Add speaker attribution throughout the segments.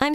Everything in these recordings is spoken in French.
Speaker 1: I'm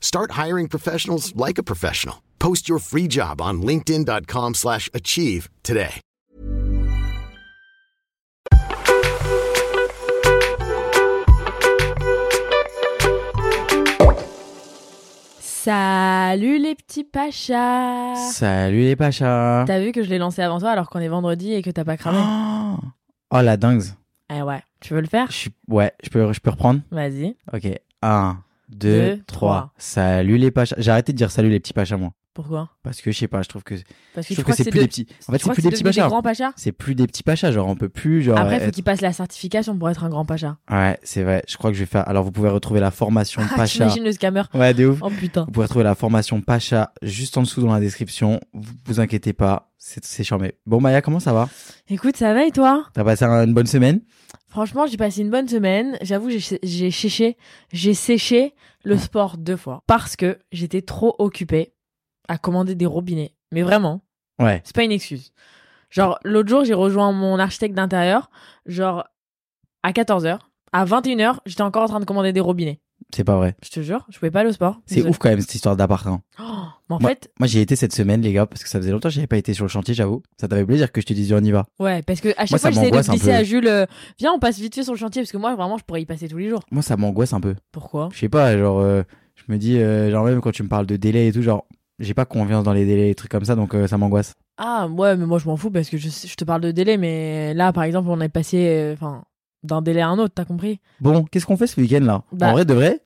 Speaker 2: Start hiring professionals like a professional. Post your free job on linkedin.com/achieve slash achieve today.
Speaker 3: Salut les petits pachas
Speaker 4: Salut les Pachas
Speaker 3: T'as vu que je l'ai lancé avant toi alors qu'on est vendredi et que t'as pas cramé
Speaker 4: Oh, Oh, la dingue
Speaker 3: Eh ouais, tu veux le faire
Speaker 4: Je suis- Ouais, je peux, je peux reprendre
Speaker 3: Vas-y.
Speaker 4: Ok. 1, 2,
Speaker 3: Deux,
Speaker 4: 3.
Speaker 3: trois.
Speaker 4: Salut les Pachas. J'ai arrêté de dire salut les petits Pachas, moi.
Speaker 3: Pourquoi
Speaker 4: Parce que je sais pas, je trouve que, je
Speaker 3: Parce que je
Speaker 4: trouve
Speaker 3: crois
Speaker 4: que c'est plus
Speaker 3: de-
Speaker 4: des petits. En fait,
Speaker 3: tu
Speaker 4: c'est
Speaker 3: crois
Speaker 4: plus
Speaker 3: que
Speaker 4: des
Speaker 3: c'est
Speaker 4: petits
Speaker 3: devenu
Speaker 4: Pachas.
Speaker 3: grands pachas
Speaker 4: C'est plus des petits Pachas, genre on peut plus. Genre,
Speaker 3: Après, faut
Speaker 4: être-
Speaker 3: qu'ils passent la certification pour être un grand pacha.
Speaker 4: Ouais, c'est vrai. Je crois que je vais faire. Alors, vous pouvez retrouver la formation
Speaker 3: Ah,
Speaker 4: Pacha.
Speaker 3: T'imagines le scammer
Speaker 4: Ouais, de ouf.
Speaker 3: Oh putain.
Speaker 4: Vous pouvez retrouver la formation Pacha juste en dessous dans la description. Vous vous inquiétez pas, c'est c'est charmé. Bon, Maya, comment ça va
Speaker 3: Écoute, ça va et toi
Speaker 4: T'as passé une bonne semaine
Speaker 3: Franchement, j'ai passé une bonne semaine. J'avoue, j'ai- j'ai séché, j'ai séché le sport deux fois parce que j'étais trop occupée à commander des robinets. Mais vraiment,
Speaker 4: Ouais.
Speaker 3: c'est pas une excuse. Genre, l'autre jour, j'ai rejoint mon architecte d'intérieur, genre, à 14h. À 21h, j'étais encore en train de commander des robinets.
Speaker 4: C'est pas vrai.
Speaker 3: Je te jure, je pouvais pas aller au sport.
Speaker 4: C'est
Speaker 3: Désolée.
Speaker 4: ouf quand même cette histoire d'appartement.
Speaker 3: Oh, mais en
Speaker 4: Moi-
Speaker 3: fait,
Speaker 4: Moi, j'y ai été cette semaine, les gars, parce que ça faisait longtemps que j'avais pas été sur le chantier, j'avoue. Ça t'avait plaisir que je te dise on y va.
Speaker 3: ouais, parce que à chaque
Speaker 4: Moi, ça
Speaker 3: fois, j'essayais de
Speaker 4: m'angoisse un
Speaker 3: glisser
Speaker 4: peu.
Speaker 3: à Jules, euh, viens, on passe vite fait sur le chantier, parce que moi, vraiment, je pourrais y passer tous les jours.
Speaker 4: Moi, ça m'angoisse un peu.
Speaker 3: Pourquoi
Speaker 4: Je sais pas, genre, euh, je me dis, euh, genre, même quand tu me parles de délai et tout, genre, j'ai pas confiance dans les délais et trucs comme ça, donc euh, ça m'angoisse.
Speaker 3: Ah, ouais, mais moi, je m'en fous, parce que je, je te parle de délai, mais là, par exemple, on est passé, euh, enfin, d'un délai à un autre, t'as compris
Speaker 4: Bon, qu'est-ce qu'on fait ce week-end là
Speaker 3: Bah.
Speaker 4: En vrai, de vrai,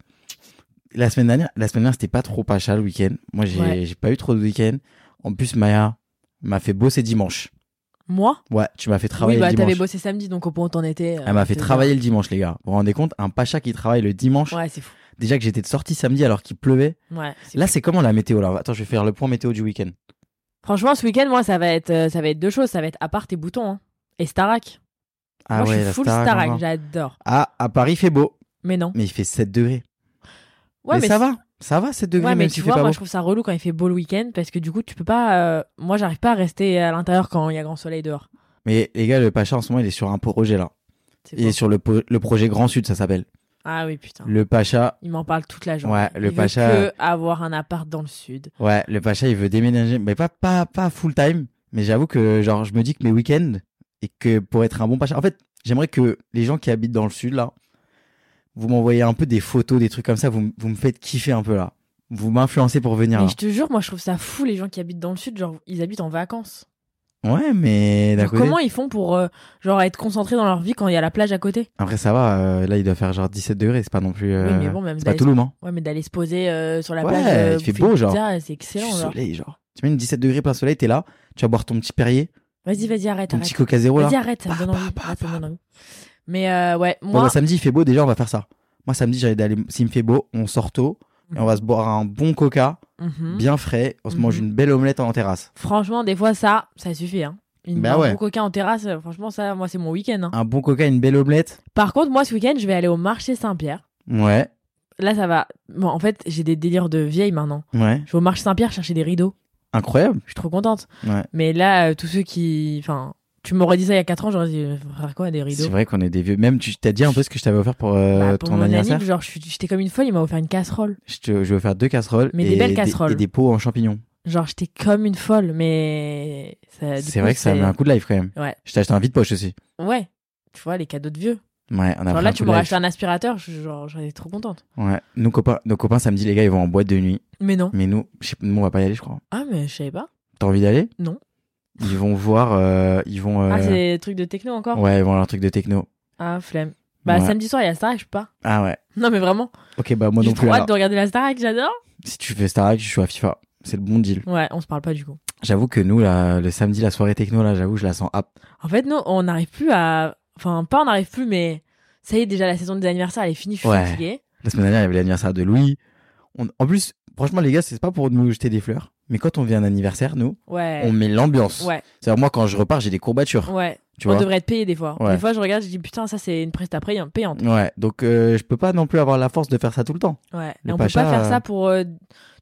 Speaker 4: la semaine dernière, la semaine dernière, c'était pas trop pacha le week-end. Moi, j'ai
Speaker 3: Ouais.
Speaker 4: j'ai pas eu trop de week-end. En plus, Maya m'a fait bosser dimanche.
Speaker 3: Moi
Speaker 4: Ouais, tu m'as fait travailler
Speaker 3: Oui, bah,
Speaker 4: le dimanche.
Speaker 3: t'avais bossé samedi, donc au point où t'en étais. euh,
Speaker 4: Elle m'a fait
Speaker 3: je te
Speaker 4: travailler le dimanche, les gars. Vous vous rendez compte Un pacha qui travaille le dimanche.
Speaker 3: jure. Ouais, c'est fou.
Speaker 4: Déjà que j'étais de sortie samedi alors qu'il pleuvait.
Speaker 3: Ouais, c'est
Speaker 4: Là, c'est comment la météo là Attends, je vais faire le point météo du week-end.
Speaker 3: Franchement, ce week-end, moi, ça va être, euh, ça va être deux choses. Ça va être appart et boutons. hein. Et Starak.
Speaker 4: Ah
Speaker 3: moi, je
Speaker 4: ouais,
Speaker 3: suis
Speaker 4: la
Speaker 3: full
Speaker 4: Starac,
Speaker 3: Starak,
Speaker 4: encore.
Speaker 3: j'adore.
Speaker 4: Ah, à Paris, il fait beau,
Speaker 3: Mais non.
Speaker 4: mais il fait 7 degrés.
Speaker 3: Ouais,
Speaker 4: mais, ça va, ça va 7 degrés,
Speaker 3: Ouais, mais
Speaker 4: même
Speaker 3: tu
Speaker 4: s'il fait
Speaker 3: vois,
Speaker 4: pas
Speaker 3: moi,
Speaker 4: beau.
Speaker 3: je trouve ça relou quand il fait beau le week-end parce que du coup, tu peux pas. euh, Moi, j'arrive pas à rester à l'intérieur quand il y a grand soleil dehors.
Speaker 4: Mais les gars, le Pacha en ce moment, il est sur un projet là.
Speaker 3: C'est
Speaker 4: Il
Speaker 3: quoi
Speaker 4: est sur le, po- le projet Grand Sud, ça s'appelle.
Speaker 3: Ah oui, putain.
Speaker 4: Le Pacha,
Speaker 3: Il m'en parle toute la journée.
Speaker 4: Ouais, le
Speaker 3: il
Speaker 4: Pacha-
Speaker 3: Veut que avoir un appart dans le sud.
Speaker 4: ouais, le Pacha, il veut déménager, mais pas, pas, pas full time. Mais j'avoue que, genre, je me dis que mes week-ends, et que pour être un bon Pacha. En fait, j'aimerais que les gens qui habitent dans le sud là, vous m'envoyez un peu des photos, des trucs comme ça, vous, m- vous me faites kiffer un peu là. Vous m'influencez pour venir
Speaker 3: Mais
Speaker 4: là.
Speaker 3: je te jure, moi, je trouve ça fou les gens qui habitent dans le sud. Genre, ils habitent en vacances.
Speaker 4: Ouais, mais d'un
Speaker 3: Genre,
Speaker 4: côté.
Speaker 3: comment ils font pour euh, genre être concentrés dans leur vie quand il y a la plage à côté
Speaker 4: Après, ça va, euh, là, il doit faire genre 17 degrés, c'est pas non plus.
Speaker 3: Oui,
Speaker 4: euh,
Speaker 3: mais bon, bah, même
Speaker 4: c'est pas
Speaker 3: d'aller-
Speaker 4: Toulouse, hein.
Speaker 3: Ouais, mais d'aller se poser euh, sur la
Speaker 4: Ouais,
Speaker 3: plage. euh,
Speaker 4: il fait
Speaker 3: bouffer une
Speaker 4: beau, genre.
Speaker 3: pizza, C'est
Speaker 4: Du
Speaker 3: excellent. genre.
Speaker 4: soleil, genre. Tu mets une 17 degrés plein soleil, t'es là, tu vas boire ton petit Perrier,
Speaker 3: Vas-y, vas-y, arrête.
Speaker 4: ton
Speaker 3: arrête.
Speaker 4: petit Coca-Zéro là.
Speaker 3: Vas-y, arrête, ça me
Speaker 4: Bah,
Speaker 3: donne
Speaker 4: bah,
Speaker 3: envie.
Speaker 4: bah,
Speaker 3: Arrête, ça me
Speaker 4: bah.
Speaker 3: donne envie. Mais euh, ouais,
Speaker 4: Bon,
Speaker 3: moi.
Speaker 4: bah, samedi, il fait beau, déjà, on va faire ça. Moi, samedi, j'allais d'aller, s'il me fait beau, on sort tôt, et on va se boire un bon Coca,
Speaker 3: Mhm.
Speaker 4: bien frais, on se mange
Speaker 3: Mhm.
Speaker 4: une belle omelette en terrasse.
Speaker 3: Franchement, des fois, ça, ça suffit. Hein. Une
Speaker 4: Bah
Speaker 3: un
Speaker 4: ouais.
Speaker 3: bon coca en terrasse, euh, franchement, ça, moi, c'est mon week-end. hein.
Speaker 4: Un bon Coca, une belle omelette.
Speaker 3: Par contre, moi, ce week-end, je vais aller au marché Saint-Pierre.
Speaker 4: Ouais,
Speaker 3: Là, ça va. Bon, en fait, j'ai des délires de vieille maintenant.
Speaker 4: ouais.
Speaker 3: Je vais au marché Saint-Pierre chercher des rideaux.
Speaker 4: Incroyable.
Speaker 3: Je suis trop contente.
Speaker 4: Ouais.
Speaker 3: Mais là, euh, tous ceux qui. Enfin, tu m'aurais dit ça il y a 4 ans, j'aurais dit, euh, frère, quoi, des rideaux
Speaker 4: C'est vrai qu'on est des vieux. Même, tu t'as dit un peu ce que je t'avais offert pour, euh,
Speaker 3: Bah, Pour
Speaker 4: ton
Speaker 3: mon
Speaker 4: anniversaire.
Speaker 3: anniversaire, genre, je suis- j'étais comme une folle, il m'a offert une casserole.
Speaker 4: Je, te, je vais faire deux casseroles.
Speaker 3: Mais des
Speaker 4: et
Speaker 3: belles casseroles.
Speaker 4: et des pots en champignons.
Speaker 3: Genre, j'étais comme une folle, mais. ça- Bah, du
Speaker 4: C'est
Speaker 3: coup,
Speaker 4: vrai que ça
Speaker 3: c'est-
Speaker 4: met un coup de live quand même.
Speaker 3: Ouais.
Speaker 4: Je t'ai acheté un vide-poche aussi.
Speaker 3: Ouais. Tu vois, les cadeaux de vieux.
Speaker 4: Ouais, on a
Speaker 3: Genre
Speaker 4: pris
Speaker 3: là,
Speaker 4: un
Speaker 3: tu
Speaker 4: coup de
Speaker 3: m'aurais
Speaker 4: live.
Speaker 3: acheté un aspirateur, je- genre, j'aurais été trop contente.
Speaker 4: Ouais. Nos copains, nos copains, samedi, les gars, ils vont en boîte de nuit.
Speaker 3: Mais non.
Speaker 4: Mais nous, je sais pas, nous, on va pas y aller, je crois.
Speaker 3: Ah, mais je savais pas.
Speaker 4: T'as envie d'aller
Speaker 3: Non.
Speaker 4: Ils vont voir. euh, ils vont. euh,
Speaker 3: Ah, c'est des trucs de techno encore
Speaker 4: ouais, ils vont voir leur truc de techno.
Speaker 3: Ah, flemme. Bah,
Speaker 4: Ouais.
Speaker 3: samedi soir, il y a Starac, je peux pas.
Speaker 4: Ah ouais.
Speaker 3: Non, mais vraiment.
Speaker 4: Ok, bah moi
Speaker 3: J'ai
Speaker 4: non plus.
Speaker 3: trop hâte
Speaker 4: alors.
Speaker 3: de regarder la Starac, j'adore.
Speaker 4: Si tu fais Starac, je joue à FIFA. C'est le bon deal.
Speaker 3: Ouais, on se parle pas du coup.
Speaker 4: J'avoue que nous, là, le samedi, la soirée techno, là, j'avoue, je la sens up.
Speaker 3: En fait, nous, on n'arrive plus à. Enfin, pas on n'arrive plus, mais ça y est, déjà la saison des anniversaires, elle est finie, je suis
Speaker 4: Ouais.
Speaker 3: fatiguée.
Speaker 4: La semaine dernière, il y avait l'anniversaire de Louis. On- En plus, franchement, les gars, c'est pas pour nous jeter des fleurs. Mais quand on vient un anniversaire, nous, on
Speaker 3: Ouais.
Speaker 4: met l'ambiance.
Speaker 3: Ouais,
Speaker 4: C'est-à-dire, moi, quand je repars, j'ai des courbatures.
Speaker 3: ouais.
Speaker 4: Tu
Speaker 3: on
Speaker 4: vois
Speaker 3: devrait être payé des fois.
Speaker 4: Ouais.
Speaker 3: Des fois, je regarde, je dis putain, ça, c'est une presta payan- payante.
Speaker 4: Ouais. Donc, euh, je peux pas non plus avoir la force de faire ça tout le temps.
Speaker 3: Ouais.
Speaker 4: Le
Speaker 3: Et on
Speaker 4: pacha,
Speaker 3: peut pas faire
Speaker 4: euh,
Speaker 3: ça pour. euh,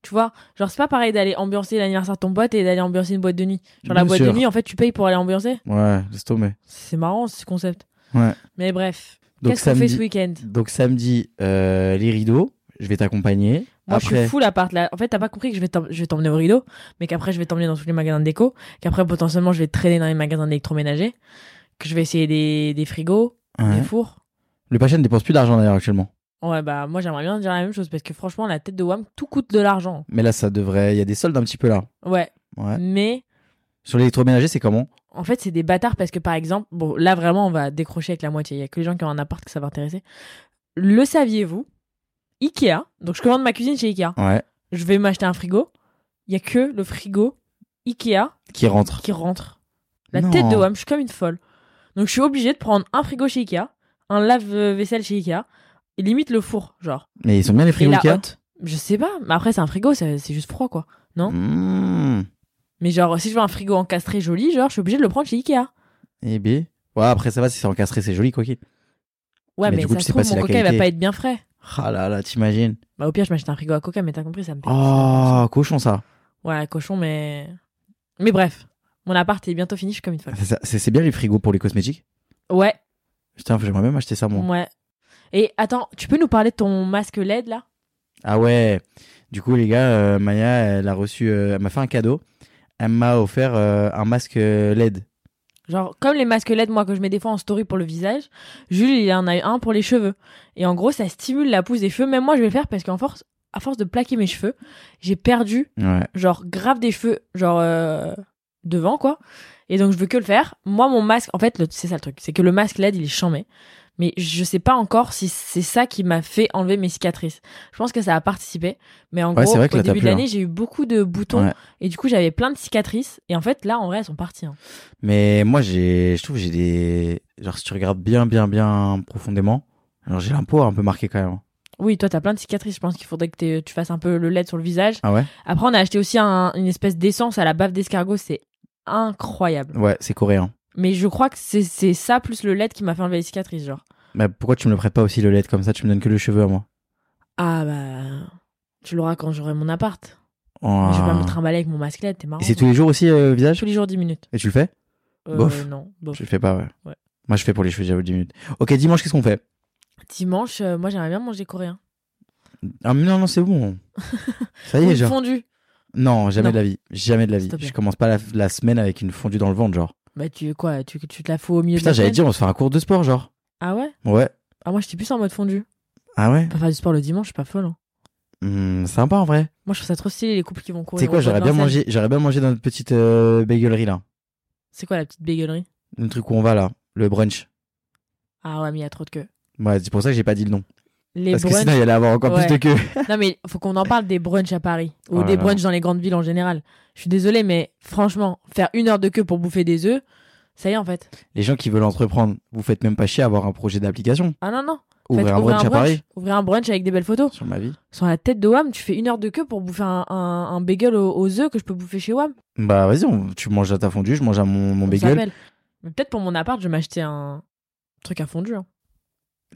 Speaker 3: tu vois, genre, c'est pas pareil d'aller ambiancer l'anniversaire de ton pote et d'aller ambiancer une boîte de nuit. Genre, la
Speaker 4: Bien
Speaker 3: boîte
Speaker 4: sûr.
Speaker 3: de nuit, en fait, tu payes pour aller ambiancer.
Speaker 4: Ouais, laisse tomber.
Speaker 3: C'est marrant, ce concept.
Speaker 4: Ouais.
Speaker 3: Mais bref.
Speaker 4: Donc,
Speaker 3: Qu'est-ce qu'on fait ce
Speaker 4: samedi-
Speaker 3: week-end
Speaker 4: Donc samedi, euh, les rideaux, je vais t'accompagner.
Speaker 3: Moi, je
Speaker 4: Après,
Speaker 3: suis fou l'appart là. En fait, t'as pas compris que je vais t'em- je vais t'emmener au rideau, mais qu'après, je vais t'emmener dans tous les magasins de déco, qu'après, potentiellement, je vais traîner dans les magasins d'électroménager, que je vais essayer des, des frigos,
Speaker 4: Ouais.
Speaker 3: des fours.
Speaker 4: le Pacha ne dépense plus d'argent d'ailleurs actuellement.
Speaker 3: Ouais, bah, moi, j'aimerais bien dire la même chose parce que franchement, la tête de Wam, tout coûte de l'argent.
Speaker 4: Mais là, ça devrait. Il y a des soldes un petit peu là.
Speaker 3: Ouais.
Speaker 4: Ouais.
Speaker 3: Mais
Speaker 4: Sur l'électroménager, c'est comment
Speaker 3: en fait, c'est des bâtards parce que par exemple, bon, là, vraiment, on va décrocher avec la moitié. Il y a que les gens qui ont un appart que ça va intéresser. Le saviez-vous Ikea. Donc, je commande ma cuisine chez Ikea.
Speaker 4: Ouais.
Speaker 3: Je vais m'acheter un frigo. Il y a que le frigo Ikea
Speaker 4: Qui rentre
Speaker 3: qui rentre. La
Speaker 4: Non.
Speaker 3: tête de Wam, je suis comme une folle. Donc je suis obligée de prendre un frigo chez Ikea, un lave-vaisselle chez Ikea, et limite le four, genre.
Speaker 4: Mais ils sont bien les frigos
Speaker 3: Et la
Speaker 4: Ikea
Speaker 3: hotte. Je sais pas, mais après c'est un frigo, ça- c'est juste froid quoi. non
Speaker 4: Mmh.
Speaker 3: Mais genre, si je veux un frigo encastré joli, genre, je suis obligée de le prendre chez Ikea.
Speaker 4: Eh bien. Ouais, après ça va, si c'est encastré, c'est joli quoi qu'il.
Speaker 3: Ouais,
Speaker 4: Mais
Speaker 3: mais,
Speaker 4: du coup,
Speaker 3: ça
Speaker 4: tu
Speaker 3: se
Speaker 4: sais pas
Speaker 3: trouve,
Speaker 4: si
Speaker 3: mon
Speaker 4: la
Speaker 3: coca, il va
Speaker 4: qualité-
Speaker 3: pas être bien frais.
Speaker 4: Ah là là, t'imagines
Speaker 3: Bah au pire, je m'achète un frigo à coca, mais t'as compris, ça me fait...
Speaker 4: Oh, cochon ça.
Speaker 3: Ouais, cochon, mais... Mais bref, mon appart est bientôt fini, je suis comme une folle.
Speaker 4: C'est ça- C'est c'est bien les frigos pour les cosmétiques
Speaker 3: Ouais,
Speaker 4: Putain, j'aimerais même acheter ça moi.
Speaker 3: ouais. Et attends, tu peux nous parler de ton masque LED, là
Speaker 4: Ah ouais. Du coup, les gars, euh, Maya, elle a reçu, euh, elle m'a fait un cadeau. Elle m'a offert euh, un masque euh, LED.
Speaker 3: Genre, comme les masques LED, moi, que je mets des fois en story pour le visage, Jules, il en a eu un pour les cheveux. Et en gros, ça stimule la pousse des cheveux. Même moi, je vais le faire parce qu'en force, à force de plaquer mes cheveux, j'ai perdu,
Speaker 4: Ouais.
Speaker 3: genre, grave des cheveux, genre, euh, devant, quoi. Et donc, je veux que le faire. Moi, mon masque, en fait, le- c'est ça le truc, c'est que le masque LED, il est chamé. Mais je sais pas encore si c'est ça qui m'a fait enlever mes cicatrices. Je pense que ça a participé. Mais en
Speaker 4: Ouais,
Speaker 3: gros,
Speaker 4: c'est vrai que
Speaker 3: au
Speaker 4: là, t'as
Speaker 3: début de
Speaker 4: plus, hein.
Speaker 3: l'année, j'ai eu beaucoup de boutons.
Speaker 4: Ouais.
Speaker 3: Et du coup, j'avais plein de cicatrices. Et en fait, là, en vrai, elles sont parties. hein.
Speaker 4: Mais moi, j'ai, je trouve que j'ai des, genre si tu regardes bien, bien, bien profondément, alors j'ai l'impôt un peu marqué quand même. hein.
Speaker 3: Oui, toi, t'as plein de cicatrices. Je pense qu'il faudrait que t'aies- tu fasses un peu le LED sur le visage.
Speaker 4: Ah ouais?
Speaker 3: Après, on a acheté aussi un- une espèce d'essence à la bave d'escargot. C'est incroyable.
Speaker 4: Ouais, c'est coréen.
Speaker 3: Mais je crois que c'est- c'est ça plus le LED qui m'a fait enlever les cicatrices, genre.
Speaker 4: Bah, pourquoi tu me le prêtes pas aussi le LED comme ça? Tu me donnes que le cheveu à moi.
Speaker 3: Ah bah... Tu l'auras quand j'aurai mon appart.
Speaker 4: Oh.
Speaker 3: Mais Je vais pas me trimballer avec mon masque LED, t'es marrant.
Speaker 4: Et c'est tous les jours aussi, euh, visage?
Speaker 3: Tous les jours 10 minutes.
Speaker 4: Et tu le fais?
Speaker 3: Euh,
Speaker 4: Bof.
Speaker 3: Non, bof.
Speaker 4: Je le fais pas, ouais.
Speaker 3: Ouais.
Speaker 4: Moi, je fais pour les cheveux, j'avoue, 10 minutes. Ok, dimanche, qu'est-ce qu'on fait?
Speaker 3: Dimanche, euh, moi j'aimerais bien manger coréen.
Speaker 4: Ah, mais non, non, c'est bon. ça y
Speaker 3: Ou
Speaker 4: est,
Speaker 3: une
Speaker 4: genre.
Speaker 3: fondue.
Speaker 4: Non, jamais
Speaker 3: Non.
Speaker 4: de la vie. Jamais de la vie.
Speaker 3: S'il te plaît.
Speaker 4: Je commence pas la, la semaine avec une fondue dans le ventre, genre.
Speaker 3: Bah tu quoi tu, tu te la fous au milieu de
Speaker 4: Putain,
Speaker 3: la
Speaker 4: j'allais
Speaker 3: semaine
Speaker 4: dire, on se fait un cours de sport, genre.
Speaker 3: Ah ouais
Speaker 4: Ouais.
Speaker 3: Ah moi j'étais plus en mode fondue.
Speaker 4: Ah ouais
Speaker 3: Pas faire du sport le dimanche, je suis pas folle. hein.
Speaker 4: Hmm, Sympa en vrai.
Speaker 3: Moi je trouve ça trop stylé les couples qui vont courir.
Speaker 4: C'est quoi,
Speaker 3: autour de
Speaker 4: j'aurais bien
Speaker 3: l'enseigne.
Speaker 4: mangé, j'aurais bien mangé dans notre petite euh, bagelerie là.
Speaker 3: C'est quoi la petite bégueulerie
Speaker 4: Le truc où on va là, le brunch.
Speaker 3: Ah ouais, mais il y a trop de queues.
Speaker 4: Ouais, c'est pour ça que j'ai pas dit le nom.
Speaker 3: Les
Speaker 4: Parce que
Speaker 3: brunchs.
Speaker 4: sinon, il y allait avoir encore
Speaker 3: Ouais.
Speaker 4: plus de queue.
Speaker 3: Non mais faut qu'on en parle des brunchs à Paris ou
Speaker 4: Oh là
Speaker 3: des
Speaker 4: là.
Speaker 3: brunchs dans les grandes villes en général. Je suis désolée mais franchement, faire une heure de queue pour bouffer des œufs, ça y est en fait.
Speaker 4: Les gens qui veulent entreprendre, vous faites même pas chier à avoir un projet d'application.
Speaker 3: Ah non non. Faites
Speaker 4: Ouvrez un brunch à Paris.
Speaker 3: Ouvrez un brunch avec des belles photos.
Speaker 4: Sur ma vie.
Speaker 3: Sur la tête de Wam, tu fais une heure de queue pour bouffer un, un, un bagel aux, aux œufs que je peux bouffer chez Wam.
Speaker 4: Bah vas-y, on- tu manges à ta fondue, je mange à mon, mon
Speaker 3: On
Speaker 4: bagel.
Speaker 3: s'appelle. Mais peut-être pour mon appart, je vais m'acheter un truc à fondu. hein.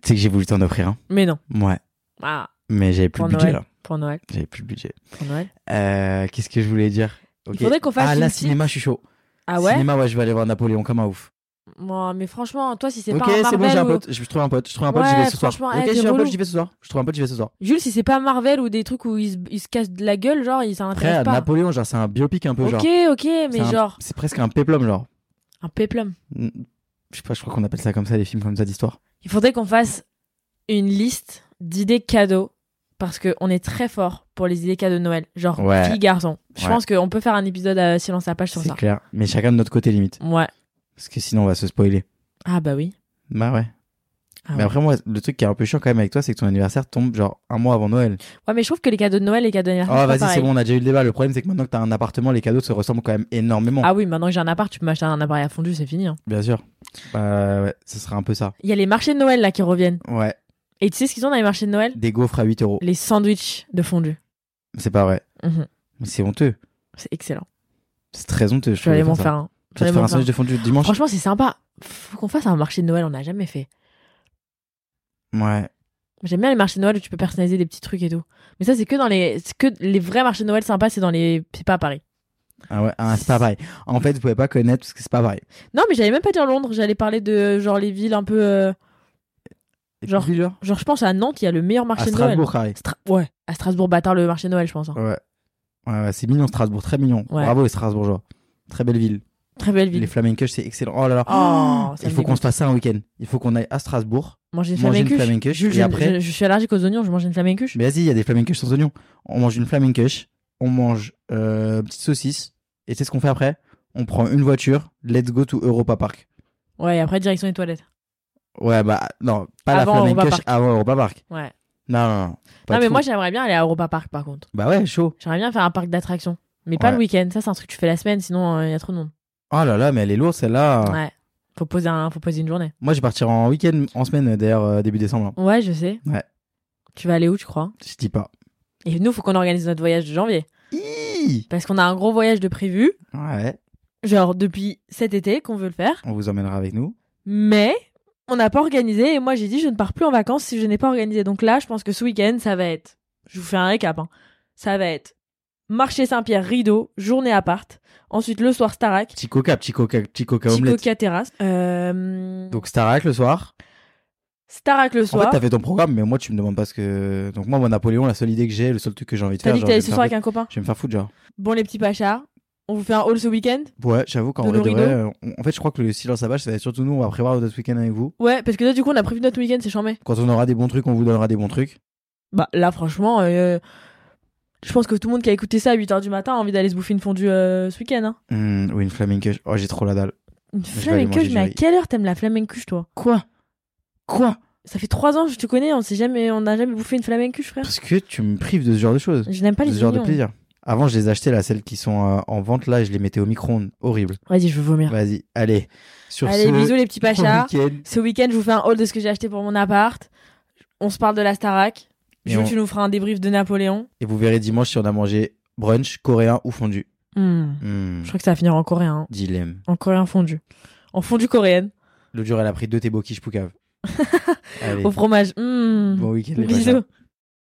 Speaker 4: Tu sais que j'ai voulu t'en offrir un.
Speaker 3: Mais non.
Speaker 4: Ouais.
Speaker 3: Ah,
Speaker 4: Mais j'avais plus
Speaker 3: Pour
Speaker 4: le budget
Speaker 3: Noël.
Speaker 4: là.
Speaker 3: pour Noël.
Speaker 4: J'avais plus le budget.
Speaker 3: Pour Noël.
Speaker 4: Euh, Qu'est-ce que je voulais dire Ok.
Speaker 3: faudrait qu'on fasse
Speaker 4: Ah
Speaker 3: une
Speaker 4: là,
Speaker 3: petite-
Speaker 4: cinéma, je suis chaud.
Speaker 3: Ah ouais
Speaker 4: Cinéma, ouais, je vais aller voir Napoléon comme un ouf.
Speaker 3: Moi, Mais franchement, toi si c'est
Speaker 4: Ok,
Speaker 3: pas un
Speaker 4: c'est bon,
Speaker 3: Marvel
Speaker 4: j'ai un
Speaker 3: ou-
Speaker 4: pote. Je trouve un pote. Je trouve un pote, j'y
Speaker 3: Ouais,
Speaker 4: vais ce soir.
Speaker 3: franchement,
Speaker 4: ok,
Speaker 3: eh,
Speaker 4: je
Speaker 3: t'es
Speaker 4: trouve un pote,
Speaker 3: relou.
Speaker 4: j'y vais ce soir. Je trouve un pote, j'y vais ce soir.
Speaker 3: Jules, si c'est pas Marvel ou des trucs où ils se, ils se cassent de la gueule, genre, ils ça
Speaker 4: Après,
Speaker 3: l'intéresse
Speaker 4: à
Speaker 3: pas.
Speaker 4: Napoléon, genre, c'est un biopic un peu,
Speaker 3: Ok,
Speaker 4: genre.
Speaker 3: ok, mais
Speaker 4: C'est un-
Speaker 3: genre,
Speaker 4: C'est presque un péplum, genre.
Speaker 3: un péplum.
Speaker 4: Mm, Je sais pas, je crois qu'on appelle ça comme ça, les films comme ça d'histoire.
Speaker 3: Il faudrait qu'on fasse une liste d'idées cadeaux parce qu'on est très fort pour les idées cadeaux de Noël, genre
Speaker 4: Ouais.
Speaker 3: filles garçons. Je
Speaker 4: Ouais.
Speaker 3: pense qu'on peut faire un épisode à silence à page sur
Speaker 4: C'est
Speaker 3: ça.
Speaker 4: clair. Mais chacun de notre côté, limite.
Speaker 3: Ouais.
Speaker 4: Parce que sinon, on va se spoiler.
Speaker 3: Ah bah oui.
Speaker 4: Bah ouais.
Speaker 3: Ah
Speaker 4: mais
Speaker 3: ouais.
Speaker 4: après, moi, le truc qui est un peu chiant quand même avec toi, c'est que ton anniversaire tombe genre un mois avant Noël.
Speaker 3: Ouais, mais je trouve que les cadeaux de Noël et les cadeaux d'anniversaire.
Speaker 4: Oh,
Speaker 3: Ah, c'est pas
Speaker 4: vas-y, c'est
Speaker 3: pareil.
Speaker 4: bon, on a déjà eu le débat. Le problème, c'est que maintenant que t'as un appartement, les cadeaux se ressemblent quand même énormément.
Speaker 3: Ah oui, maintenant que j'ai un appart, tu peux m'acheter un appareil à fondu, c'est fini. hein.
Speaker 4: Bien sûr. Bah ouais, ce sera un peu ça.
Speaker 3: Il y a les marchés de Noël là qui reviennent.
Speaker 4: Ouais.
Speaker 3: Et tu sais ce qu'ils ont dans les marchés de Noël
Speaker 4: Des gaufres à 8 euros.
Speaker 3: Les sandwichs de fondu.
Speaker 4: C'est pas vrai.
Speaker 3: Mhm.
Speaker 4: Mais c'est honteux.
Speaker 3: C'est excellent.
Speaker 4: C'est très honteux. Je
Speaker 3: Je vais aller
Speaker 4: trouve, de
Speaker 3: m'en
Speaker 4: ça.
Speaker 3: faire un. Je
Speaker 4: Tu vas
Speaker 3: vais
Speaker 4: te
Speaker 3: aller
Speaker 4: faire
Speaker 3: m'en faire
Speaker 4: un
Speaker 3: un.
Speaker 4: sandwich de fondue le dimanche
Speaker 3: Franchement, c'est sympa. Faut qu'on fasse un marché de Noël, on n'a jamais fait.
Speaker 4: Ouais.
Speaker 3: J'aime bien les marchés de Noël où tu peux personnaliser des petits trucs et tout. Mais ça, c'est que dans les, c'est que les vrais marchés de Noël sympas, c'est dans les, c'est pas à Paris.
Speaker 4: Ah ouais, ah, c'est pas pareil. En fait, vous pouvez pas connaître parce que c'est pas pareil.
Speaker 3: Non, mais j'allais même pas dire Londres. J'allais parler de euh, genre les villes un peu, euh,
Speaker 4: Et
Speaker 3: Genre,
Speaker 4: puis,
Speaker 3: genre je pense à Nantes, il y a le meilleur
Speaker 4: à
Speaker 3: marché de Noël.
Speaker 4: Strasbourg, pareil.
Speaker 3: Stra- ouais, à Strasbourg, bâtard le marché de Noël, je pense. hein.
Speaker 4: Ouais. Ouais, ouais, c'est mignon Strasbourg, très mignon.
Speaker 3: Ouais.
Speaker 4: Bravo les Strasbourgeois. Très belle ville.
Speaker 3: Très belle
Speaker 4: Les
Speaker 3: ville.
Speaker 4: flamencush, c'est excellent. Oh là là.
Speaker 3: Oh, ça
Speaker 4: Il
Speaker 3: me
Speaker 4: faut qu'on
Speaker 3: dégoûte.
Speaker 4: se fasse ça un week-end. Il faut qu'on aille à Strasbourg.
Speaker 3: Manger une
Speaker 4: manger une
Speaker 3: flamencuche.
Speaker 4: flamencuche,
Speaker 3: Jules,
Speaker 4: et
Speaker 3: je-
Speaker 4: après-
Speaker 3: je, je suis allergique aux oignons, je mange une flamencuche.
Speaker 4: Mais vas-y, il y a des flamencush sans oignons. On mange une flamencush, on mange euh, petite saucisse. Et tu sais ce qu'on fait après On prend une voiture, let's go to Europa Park.
Speaker 3: Ouais, et après direction les toilettes.
Speaker 4: Ouais, bah non, pas
Speaker 3: Avant
Speaker 4: la
Speaker 3: Europa
Speaker 4: flamencush
Speaker 3: Park.
Speaker 4: avant Europa Park.
Speaker 3: Ouais.
Speaker 4: Non, non, non. pas
Speaker 3: non, mais
Speaker 4: trop.
Speaker 3: moi j'aimerais bien aller à Europa Park par contre.
Speaker 4: Bah ouais, chaud.
Speaker 3: J'aimerais bien faire un parc d'attractions. Mais pas
Speaker 4: Ouais.
Speaker 3: le week-end, ça c'est un truc que tu fais la semaine, sinon euh, il y a trop de monde.
Speaker 4: Oh là là, mais elle est lourde celle-là.
Speaker 3: Ouais. Faut poser, un, faut poser une journée.
Speaker 4: Moi, je vais partir en week-end, en semaine d'ailleurs, euh, début décembre. hein.
Speaker 3: Ouais, je sais.
Speaker 4: Ouais.
Speaker 3: Tu vas aller où, tu crois
Speaker 4: Je dis pas.
Speaker 3: Et nous, faut qu'on organise notre voyage de janvier.
Speaker 4: Hi
Speaker 3: Parce qu'on a un gros voyage de prévu,
Speaker 4: Ouais,
Speaker 3: genre depuis cet été qu'on veut le faire.
Speaker 4: on vous emmènera avec nous.
Speaker 3: Mais on n'a pas organisé. Et moi, j'ai dit, je ne pars plus en vacances si je n'ai pas organisé. Donc là, je pense que ce week-end, ça va être. Je vous fais un récap. hein. Ça va être marché Saint-Pierre, rideau, journée appart. Ensuite, le soir, Starac.
Speaker 4: Petit coca, petit coca, petit coca
Speaker 3: Petit
Speaker 4: omelette.
Speaker 3: coca terrasse. Euh,
Speaker 4: Donc Starac le soir.
Speaker 3: Starac le
Speaker 4: En fait,
Speaker 3: soir.
Speaker 4: t'as fait ton programme, mais moi, tu me demandes pas ce que. Donc moi, mon Napoléon, la seule idée que j'ai, le seul truc que j'ai envie de
Speaker 3: T'as
Speaker 4: faire.
Speaker 3: dit que
Speaker 4: genre,
Speaker 3: t'allais
Speaker 4: je
Speaker 3: ce
Speaker 4: vais me
Speaker 3: soir avec
Speaker 4: faire
Speaker 3: un copain.
Speaker 4: foutre- Je vais me faire foutre, genre.
Speaker 3: Bon, les petits pachas. On vous fait un haul ce week-end
Speaker 4: Ouais, j'avoue qu'en
Speaker 3: De
Speaker 4: vrai,
Speaker 3: nos
Speaker 4: de vrai,
Speaker 3: rideaux.
Speaker 4: euh, on- en fait, je crois que le silence à vache, ça va être surtout nous. On va prévoir notre week-end avec vous.
Speaker 3: Ouais, parce que là, du coup, on a prévu notre week-end, c'est chambé.
Speaker 4: Quand on aura des bons trucs, on vous donnera des bons trucs.
Speaker 3: Bah, là, franchement, euh, je pense que tout le monde qui a écouté ça à 8h du matin a envie d'aller se bouffer une fondue euh, ce week-end. Hein.
Speaker 4: Hum, oui, une flamingueuse. Oh, j'ai trop la dalle.
Speaker 3: Une
Speaker 4: vais aller manger,
Speaker 3: flamencuche, mais à
Speaker 4: Julie.
Speaker 3: quelle heure t'aimes la flamencuche, toi
Speaker 4: Quoi Quoi
Speaker 3: Ça fait 3 ans que je te connais, on s'est jamais, on n'a jamais bouffé une flamencuche, frère.
Speaker 4: Parce que tu me prives de ce genre de choses.
Speaker 3: Je n'aime pas
Speaker 4: de
Speaker 3: les
Speaker 4: ce genre de
Speaker 3: oignons.
Speaker 4: plaisir. Avant, je les achetais là, celles qui sont euh, en vente là, et je les mettais au micro-ondes. Horrible.
Speaker 3: Vas-y, je veux vomir.
Speaker 4: Vas-y, allez. Bah, Sur
Speaker 3: Allez,
Speaker 4: ce,
Speaker 3: bisous les petits
Speaker 4: bon
Speaker 3: pachas.
Speaker 4: week-end.
Speaker 3: Ce week-end, je vous fais un haul de ce que j'ai acheté pour mon appart. On se parle de la Starac.
Speaker 4: Et
Speaker 3: Jules,
Speaker 4: on-
Speaker 3: tu nous feras un débrief de Napoléon.
Speaker 4: Et vous verrez dimanche si on a mangé brunch coréen ou fondu.
Speaker 3: Hmm.
Speaker 4: Hmm,
Speaker 3: Je crois que ça va finir en coréen. hein.
Speaker 4: Dilemme.
Speaker 3: En coréen fondu. En fondu coréenne.
Speaker 4: L'autre jour, elle a pris deux tebokish poucave. Allez,
Speaker 3: Au fromage. Mmh.
Speaker 4: bon ben, week-end. les
Speaker 3: Bisous.
Speaker 4: machins.